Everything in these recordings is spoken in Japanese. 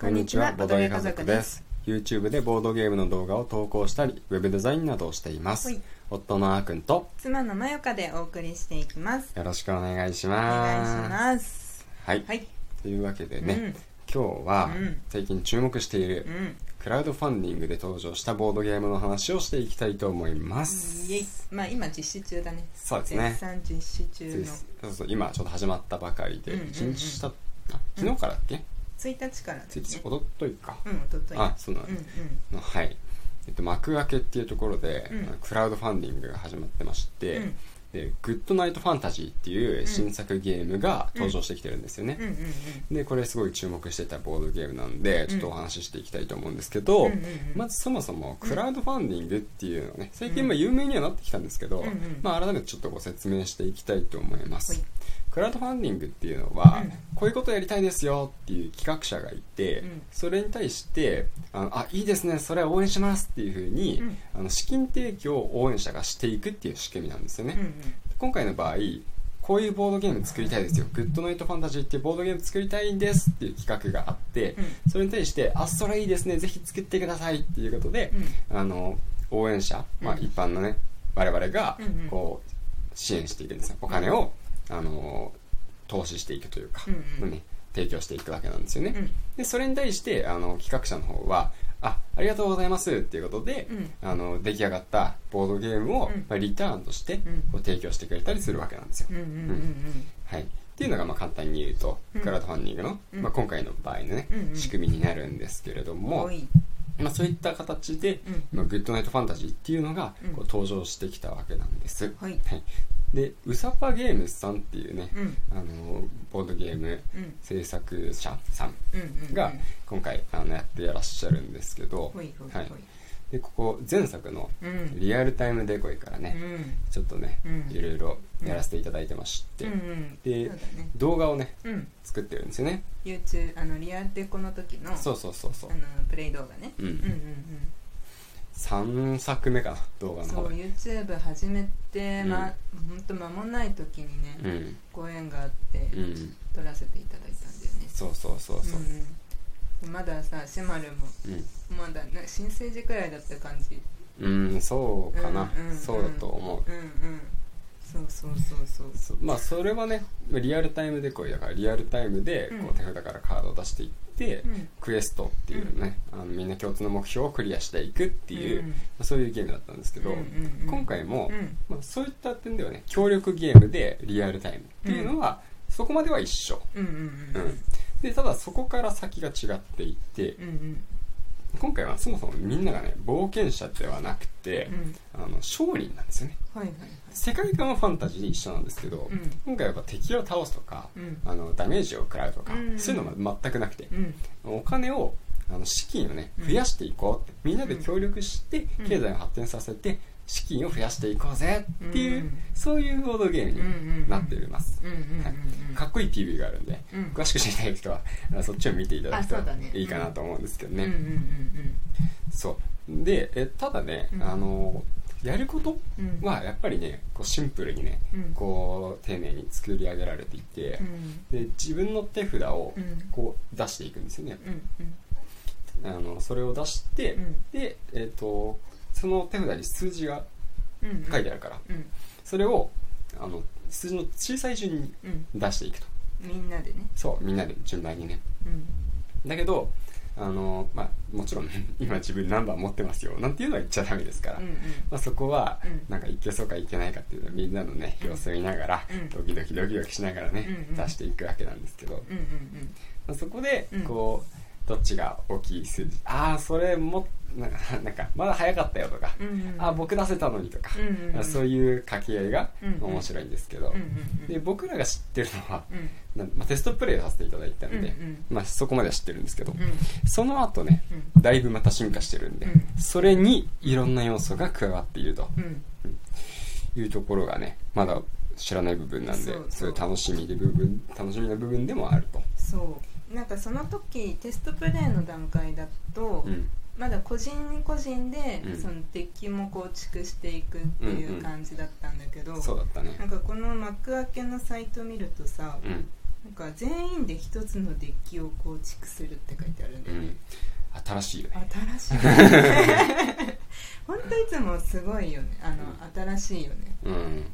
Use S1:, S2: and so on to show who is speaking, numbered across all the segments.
S1: こんにちはボドゲ家族です
S2: YouTube でボードゲームの動画を投稿したりウェブデザインなどをしています、
S1: はい
S2: 夫のあーくんと
S1: 妻のまよかでお送りしていきます
S2: よろしくお願いし
S1: お願い
S2: ます
S1: します
S2: はい、
S1: はい
S2: というわけでね、今日は
S1: うん
S2: 最近注目している
S1: うんうん
S2: クラウドファンディングで登場したボードゲームの話をしていきたいと思います
S1: イエイまあ今実施中だね
S2: そうですね
S1: 絶賛実施中の
S2: そうそう今ちょっと始まったばかりで
S1: うんうんうん
S2: 1日した、あ昨日からだっけ、
S1: 1日からだね
S2: ついおとといか、
S1: うんおととい
S2: あそうなんだ
S1: うんうん
S2: のはい、えっと、幕開けっていうところで、
S1: うん
S2: あのクラウドファンディングが始まってまして、
S1: うん
S2: で「グッドナイトファンタジー」っていう新作ゲームが登場してきてるんですよね、
S1: うんうん
S2: でこれすごい注目してたボードゲームなんでちょっとお話ししていきたいと思うんですけど、
S1: うんうんうん
S2: まずそもそもクラウドファンディングっていうのはね最近まあ有名にはなってきたんですけど、
S1: うんうん
S2: まあ、改めてちょっとご説明していきたいと思います、
S1: はい
S2: クラウドファンディングっていうのは、
S1: うん
S2: こういうことやりたいですよっていう企画者がいて、
S1: うん
S2: それに対してあのあいいですねそれは応援しますっていうふうに、
S1: うん
S2: あの資金提供を応援者がしていくっていう仕組みなんですよね、
S1: うんうん
S2: 今回の場合こういうボードゲーム作りたいですよ「グッドナイトファンタジー」っていうボードゲーム作りたいんですっていう企画があって、
S1: うん
S2: それに対して「あそれいいですねぜひ作ってください」っていうことで、あの応援者、まあ、
S1: うん
S2: 一般のね我々が
S1: うんうん
S2: こう支援していくんですよお金を、あの投資していくというか、
S1: うんうん
S2: ね、提供していくわけなんですよね、
S1: うん
S2: でそれに対してあの企画者の方は「あありがとうございます」っていうことで、
S1: うん
S2: あの出来上がったボードゲームを、
S1: うん
S2: まあ、リターンとして
S1: ん
S2: こう提供してくれたりするわけなんですよ、
S1: うんうんうんうん
S2: はい、っていうのがまあ簡単に言うと、
S1: うん
S2: クラウドファンディングの、
S1: うん
S2: まあ、今回の場合のね、
S1: うんうん
S2: 仕組みになるんですけれど
S1: うん
S2: も、
S1: 多い
S2: まあ、そういった形で、
S1: うん
S2: まあ、グッドナイトファンタジーっていうのが
S1: うん
S2: こう登場してきたわけなんです、
S1: はい
S2: でウサパゲームズさんっていうね、
S1: うん
S2: あのボードゲーム
S1: うん
S2: 制作者さん
S1: うんうんうん
S2: が今回あのやってらっしゃるんですけど、
S1: ほいほい
S2: はい
S1: ほい
S2: でここ前作の
S1: うん
S2: リアルタイムデコイからね、
S1: うん
S2: ちょっとね、
S1: うん
S2: いろいろやらせていただいてまして、
S1: うんうん
S2: で
S1: そうだね
S2: 動画をね
S1: うん
S2: 作ってるんですよね
S1: YouTube あのリアルデコの時の
S2: そうそうそうそう
S1: あのプレイ動画ね、
S2: うん
S1: うんうん
S2: 3作目かな動
S1: う
S2: 画
S1: ん
S2: の
S1: そ
S2: 方
S1: う YouTube 始めて、まほんと間もない時にね、
S2: うん
S1: ご縁があって、
S2: うん
S1: 撮らせていただいたんだよね
S2: そうそうそうそう、
S1: んうん、まださシマルも
S2: うん
S1: まだな新生児くらいだった感じ
S2: うん、そうかな、
S1: うんうんうん
S2: そうだと思
S1: うんうんそうそうそうそう
S2: うそまあそれはねリアルタイムでこいだからリアルタイムでこ
S1: うん
S2: う手札からカードを出していって、
S1: うん
S2: クエストっていうのね、あのみんな共通の目標をクリアしていくっていう、
S1: うん
S2: まあそういうゲームだったんですけど、
S1: うんうんうん
S2: 今回も、
S1: うん
S2: まあ、そういった点ではね協力ゲームでリアルタイムっていうのは、そこまでは一緒、
S1: うんうん
S2: う
S1: うん
S2: ん、でただそこから先が違っていて
S1: うんうん
S2: 今回はそもそもみんながね冒険者ではなくて
S1: う、ん
S2: あの商人なんですよね
S1: はいはいはい
S2: 世界観はファンタジーで一緒なんですけど、
S1: うん
S2: 今回はやっぱ敵を倒すとか、
S1: うん
S2: あのダメージを食らうとか、
S1: うん
S2: そういうのは全くなくて
S1: う、ん
S2: お金をあの資金をね
S1: うん
S2: 増やしていこうってみんなで協力して
S1: うん
S2: 経済を発展させて資金を増やしていこうぜっていう、
S1: うん
S2: そういうボードゲームになっております、
S1: うんうんうんうん
S2: はいかっこいい PV があるんで、
S1: うん
S2: 詳しく知りたい人はあのそっちを見ていただくと
S1: あそうだね
S2: いいかなと思うんですけど
S1: うん
S2: ね、
S1: うんうん
S2: そうでえただね、
S1: うん
S2: あのやること
S1: うん
S2: はやっぱりねこうシンプルにね、
S1: うん
S2: こう丁寧に作り上げられていて
S1: う、ん
S2: で自分の手札を
S1: うん
S2: こう出していくんですよね、
S1: うんうん
S2: あのそれを出して、
S1: うん
S2: で、えー、とその手札に数字が
S1: うん
S2: 書いてあるから、
S1: うん
S2: それをあの数字の小さい順に
S1: うん
S2: 出していくと
S1: みんなでね
S2: そうみんなで順番にね
S1: うん
S2: だけどあの、まあ、もちろん 今自分ナンバー持ってますよなんていうのは言っちゃダメですから、
S1: うんうん
S2: まあ、そこは
S1: うん
S2: なんかいけそうかいけないかっていうのはみんなのね様子を見ながら
S1: うん
S2: ドキドキドキドキしながらね
S1: うんうん
S2: 出していくわけなんですけど
S1: うんうん
S2: まあそこで
S1: うん
S2: こうどっちが大きい数字ああそれもななんか まだ早かったよとか
S1: うんうんうん
S2: あー僕出せたのにとか
S1: うんうんうん
S2: そういう掛け合いが
S1: うんうん
S2: 面白いんですけど
S1: うんうんうん
S2: で僕らが知ってるのは
S1: うん
S2: なまあテストプレイをさせていただいたんで
S1: うんうん
S2: まあそこまでは知ってるんですけど
S1: うん
S2: その後ね
S1: う
S2: だいぶまた進化してるんで
S1: うん
S2: それにいろんな要素が加わっていると。
S1: うん
S2: いうところがねまだ知らない部分なんで
S1: そうそう
S2: そういう楽しみで部分楽しみな部分でもあると、
S1: そうなんかその時テストプレイの段階だと、
S2: うん
S1: まだ個人個人で、
S2: うん
S1: そのデッキも構築していくってい
S2: んう
S1: うんう感じだったんだけど、
S2: そうだったね
S1: なんかこの幕開けのサイト見るとさ、
S2: うん
S1: なんか全員で一つのデッキを構築するって書いてあるんだ
S2: う
S1: よね
S2: ん、新しいよね
S1: 新しいね本当いつもすごいよねあの新しいよね
S2: うん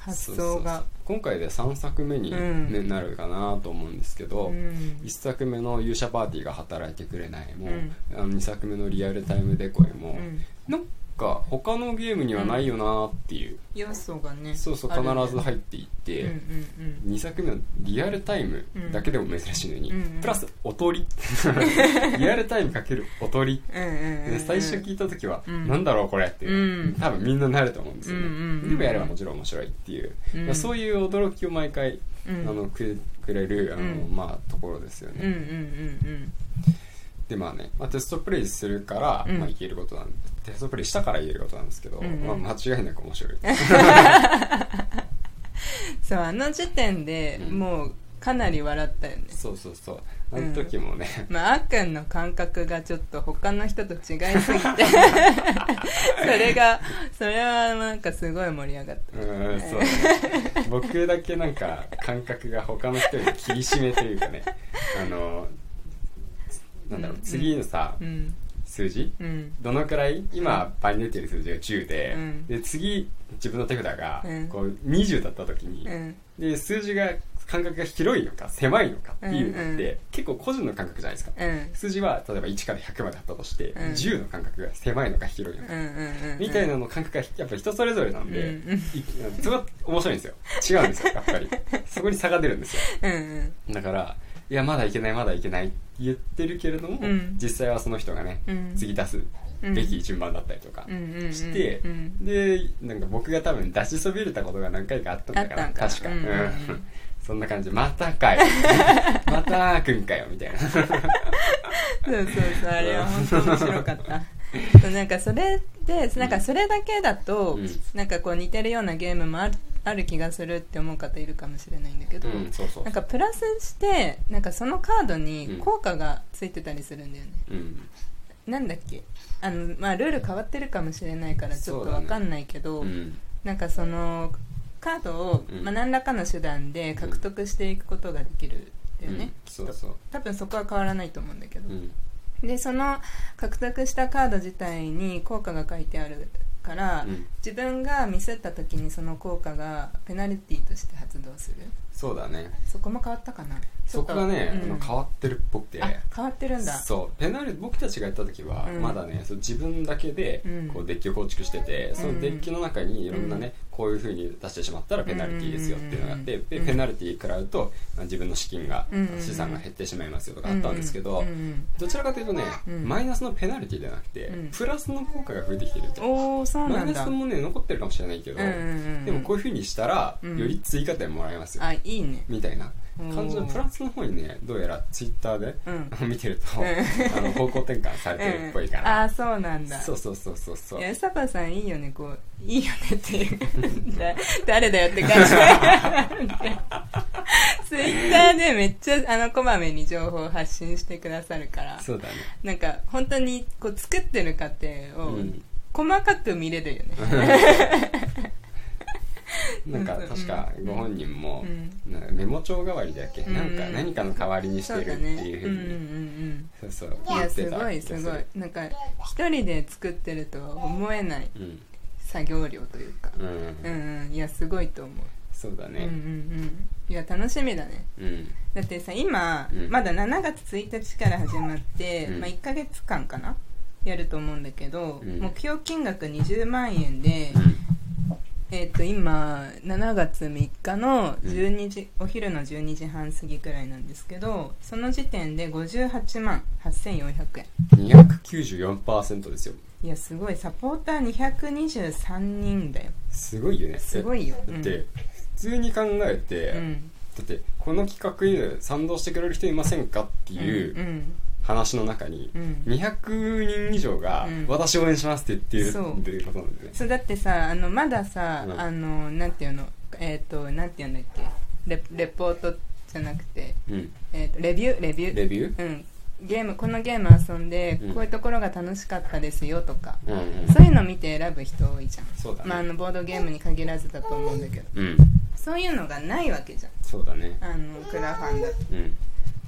S1: 発想が
S2: 今回で3作目に、ね
S1: うん
S2: なるかなと思うんですけど、
S1: うん
S2: 1作目の勇者パーティーが働いてくれないも、
S1: うん
S2: あの2作目のリアルタイムデコイも、
S1: うん
S2: なんか他のゲームにはないよなっていう、
S1: 要素がね
S2: そうそう
S1: ある
S2: 必
S1: んだよね
S2: ず入っていって、
S1: うんうん
S2: 2作目のリアルタイムだけでも珍しいのに、
S1: うんうんうん
S2: プラスおとり リアルタイムかけるおとり
S1: うんうんうんう
S2: で
S1: ん
S2: 最初聞いた時は、
S1: うん
S2: なんだろうこれって、
S1: うん
S2: 多分みんななると思うんですよね、
S1: うんうんうん
S2: でもやればもちろん面白いっていう、
S1: うん
S2: まあそういう驚きを毎回、
S1: うん
S2: あのくくれるあの、
S1: うん
S2: まあ、ところですよね、
S1: うんうんうん
S2: でまあね、まあ、テストプレイするから、
S1: うん
S2: まあ、言えることなんテストプレイしたから言えることなんですけど、
S1: うんうん
S2: まあ、間違いなく面 白い
S1: うんそうあの時点で
S2: うん
S1: もうかなり笑ったよね
S2: そうそうそうあの時も ね、
S1: まあ、あっくんの感覚がちょっと他の人と違いすぎ てそれがそれはなんかすごい盛り上がっ
S2: うーんそうね僕だけなんか感覚が他の人より厳しめというかねあのなんだろう
S1: うん
S2: 次のさ、
S1: たうん
S2: 数字
S1: うん
S2: どのくらい今場に出てる数字が10で,、
S1: うん
S2: で次自分の手札が
S1: うん
S2: こう20だった時に、
S1: うん
S2: で数字が感覚が広いのか狭いのかっていうのって、
S1: うんうん
S2: 結構個人の感覚じゃないですか、
S1: うん
S2: 数字は例えば1から100まであったとして、
S1: うん
S2: 10の感覚が狭いのか広いのか、
S1: うんうんうん
S2: みたいなの感覚がやっぱ人それぞれなんで、
S1: うんうん
S2: いそれは面白いんですよ違うんですよやっぱりそこに差が出るんですよ
S1: うんうん
S2: だからいやまだいけないまだいけないって言ってるけれども、
S1: うん
S2: 実際はその人がね、
S1: うん
S2: 次出すべき順番だったりとか、
S1: うんうんうん
S2: して
S1: うん
S2: でなんか僕が多分出しそびれたことが何回かあったんだから
S1: あったんか
S2: 確か、
S1: うんうんうん
S2: うんそんな感じでまたか よまたくんかよみたいな
S1: そうそうそうあれは本当面白かった そうなんかそれでなんかそれだけだと、
S2: うん
S1: なんかこう似てるようなゲームもあるある気がするって思う方いるかもしれないんだけど、
S2: うんそうそう
S1: なんかプラスしてなんかそのカード
S2: うん
S1: に効果がついてたりするんだよね、
S2: うん
S1: なんだっけあの、まあ、ルール変わってるかもしれないからちょっとわかんないけど、
S2: うん
S1: なんかそのカードを、
S2: うん
S1: まあ、何らかの手段で獲得していくことができるんだよね、
S2: うんそうそう
S1: 多分そこは変わらないと思うんだけど、
S2: うん
S1: でその獲得したカード自体に効果が書いてあるから、
S2: うん
S1: 自分がミスった時にその効果がペナルティとして発動する
S2: そうだね
S1: そこも変わったかな
S2: そこがね、あの変
S1: っ
S2: わってるっぽくて
S1: あ変わってるんだ
S2: そうペナル僕たちがやった時は
S1: うん
S2: まだね、そう自分だけで
S1: うん
S2: こうデッキを構築してて、そのデッキの中にいろんなね、
S1: うん
S2: こういうふうに出してしまったらペナルティーですよっていうのがあって、
S1: うん
S2: でペナルティー食らうとあ自分の資金が、
S1: うん
S2: 資産が減ってしまいますよとかあったんですけど、
S1: うんうん
S2: どちらかというとね、
S1: うん
S2: マイナスのペナルティーじゃなくて、
S1: うん
S2: プラスの効果が増えてきてると
S1: おおそう
S2: マ
S1: な
S2: イ
S1: ん
S2: ナ
S1: だ
S2: スもね残ってるかもしれないけど、
S1: うんうんうん
S2: でもこういうふうにしたら、
S1: うん
S2: より追加点もらえますよ、
S1: あいいね
S2: みたいな感じの
S1: おー
S2: プラスの方にねどうやらツイッターで
S1: うん
S2: 見てると、
S1: うん
S2: あの方向転換されてるっぽいか
S1: うん、あ
S2: ら、
S1: あそうなんだ
S2: そうそうそうそうそう
S1: いやサパさんいいよねこういいよねって いうだ誰だよっ て感じツイッターでめっちゃあのこまめに情報を発信してくださるから
S2: そうだね
S1: なんか本当にこう作ってる過程を
S2: うん
S1: 細かく見れるよね、
S2: なんか
S1: うん
S2: 確かご本人も、
S1: う
S2: なメモ帳代わりだっけ、
S1: うん
S2: なんか何かの代わりにして
S1: そう
S2: る
S1: だ
S2: って
S1: ね
S2: いうふ
S1: う
S2: うんに、
S1: うん
S2: そうそう
S1: うんい
S2: 言
S1: や
S2: って
S1: す
S2: た
S1: ごい
S2: 気が
S1: す
S2: る
S1: ごいなんか一人で作ってるとは思えない
S2: うん、
S1: 作業量というか
S2: うん
S1: うんうんいやすごいと思う
S2: そうだ
S1: うんうん
S2: ね
S1: うんいや楽しみだね
S2: うん、
S1: だってさ今、
S2: うん
S1: まだ7月1日から始まって、
S2: うん
S1: まあ、1ヶ月間かなやると思うんだけど、
S2: うん
S1: 目標金額20万円で、
S2: うん
S1: えっと今7月3日の12時、お昼の12時半過ぎくらいなんですけどその時点で58万8400円
S2: 294%ですよ
S1: いやすごいサポーター223人だよ
S2: すごいよね
S1: すごいよ、う
S2: だ
S1: ん、
S2: って、普通に考えて、
S1: うん
S2: だってこの企画に賛同してくれる人いませんかっていう、
S1: うん
S2: 話の中に
S1: うんうん
S2: 200人以上が「
S1: うん
S2: 私応援します」って言って
S1: そう
S2: るっていうことなんでね
S1: そうだってさあのまださ、
S2: うん
S1: あのなんていうのえっ、となんていうんだっけレレポートじゃなくて、
S2: うん
S1: えー、とレビューレビュー
S2: レビュー
S1: うんゲームこのゲーム遊んで、
S2: うん
S1: こういうところが楽しかったですよとか、
S2: うんうん
S1: そういうの見て選ぶ人多いじゃん
S2: そうだね
S1: まあ、あのボードゲームに限らずだと思うんだけど
S2: うん
S1: そういうのがないわけじゃん
S2: そうだね
S1: あのクラファンだと
S2: うん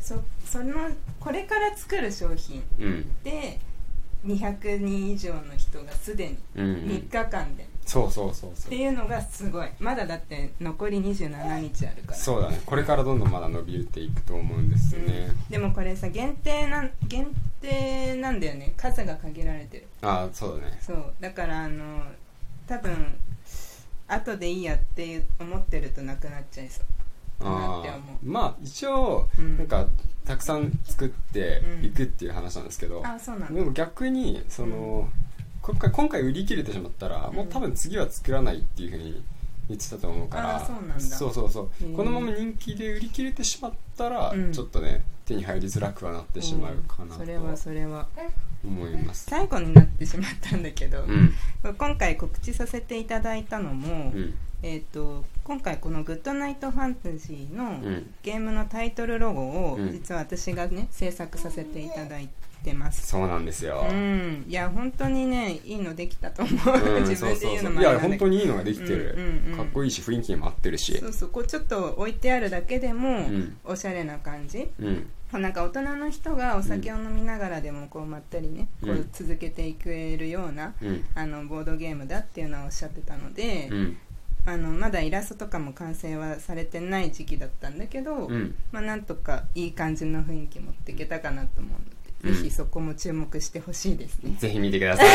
S1: そそのこれから作る商品
S2: うん
S1: で200人以上の人がすでに
S2: うん、う
S1: 3
S2: ん、
S1: 日間で、
S2: そうそうそうそ
S1: って
S2: う
S1: いうのがすごいまだだって残り27日あるから
S2: そうだねこれからどんどんまだ伸びていくと思うんですよね、
S1: うんでもこれさ限定なん限定なんだよね数が限られてる
S2: ああそうだね
S1: そうだからあの多分後でいいやって思ってるとなくなっちゃいそうな
S2: あ
S1: って
S2: あ
S1: 思
S2: まあ一応
S1: うん
S2: なんかたくさん作っていくっていう話なんですけど、
S1: あそうなんだ
S2: でも逆にその、今回今回売り切れてしまったら、
S1: うん
S2: もう多分次は作らないっていうふうに言ってたと思うから
S1: あーそうなんだ
S2: そうそうそう
S1: へー
S2: このまま人気で売り切れてしまったら、
S1: うん
S2: ちょっとね手に入りづらくはなってしまうかな
S1: それは
S2: と
S1: それは
S2: 思います
S1: 最後になってしまったんだけ
S2: う
S1: ど、
S2: ん
S1: 今回告知させていただいたのも、
S2: うん
S1: えっ、と今回この「グッドナイトファンタジー」の
S2: うん
S1: ゲームのタイトルロゴを
S2: うん
S1: 実は私がね制作させていただいてます
S2: そうなんですよ、
S1: うんいや本当にねいいのできたと思う、
S2: うん
S1: 自分で言
S2: そ
S1: うの
S2: そそ
S1: も
S2: い
S1: あれ
S2: や
S1: なん
S2: 本
S1: だけ
S2: 当
S1: ど
S2: にいいのができてる、
S1: うんうんうん
S2: かっこいいし雰囲気にも合ってるし
S1: そうそうこうちょっと置いてあるだけでも
S2: ん
S1: おしゃれな感じ、
S2: うん
S1: なんか大人の人がお酒を飲みながらでもこうまったりね、こ
S2: う
S1: うん続けていけるような
S2: うん
S1: あのボードゲームだっていうのはおっしゃってたので、
S2: うん
S1: あのまだイラストとかも完成はされてない時期だったんだけど、
S2: うん
S1: まあ、なんとかいい感じの雰囲気持っていけたかなと思うので、
S2: うん
S1: ぜひそこも注目してほしいですね
S2: ぜひ見てくださ い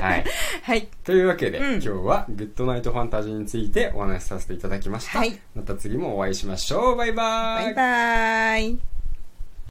S2: はい
S1: はい
S2: というわけで、
S1: うん
S2: 今日はグッドナイトファンタジーについてお話しさせていただきました、
S1: はい
S2: また次もお会いしましょうバイバーイ
S1: バイバーイ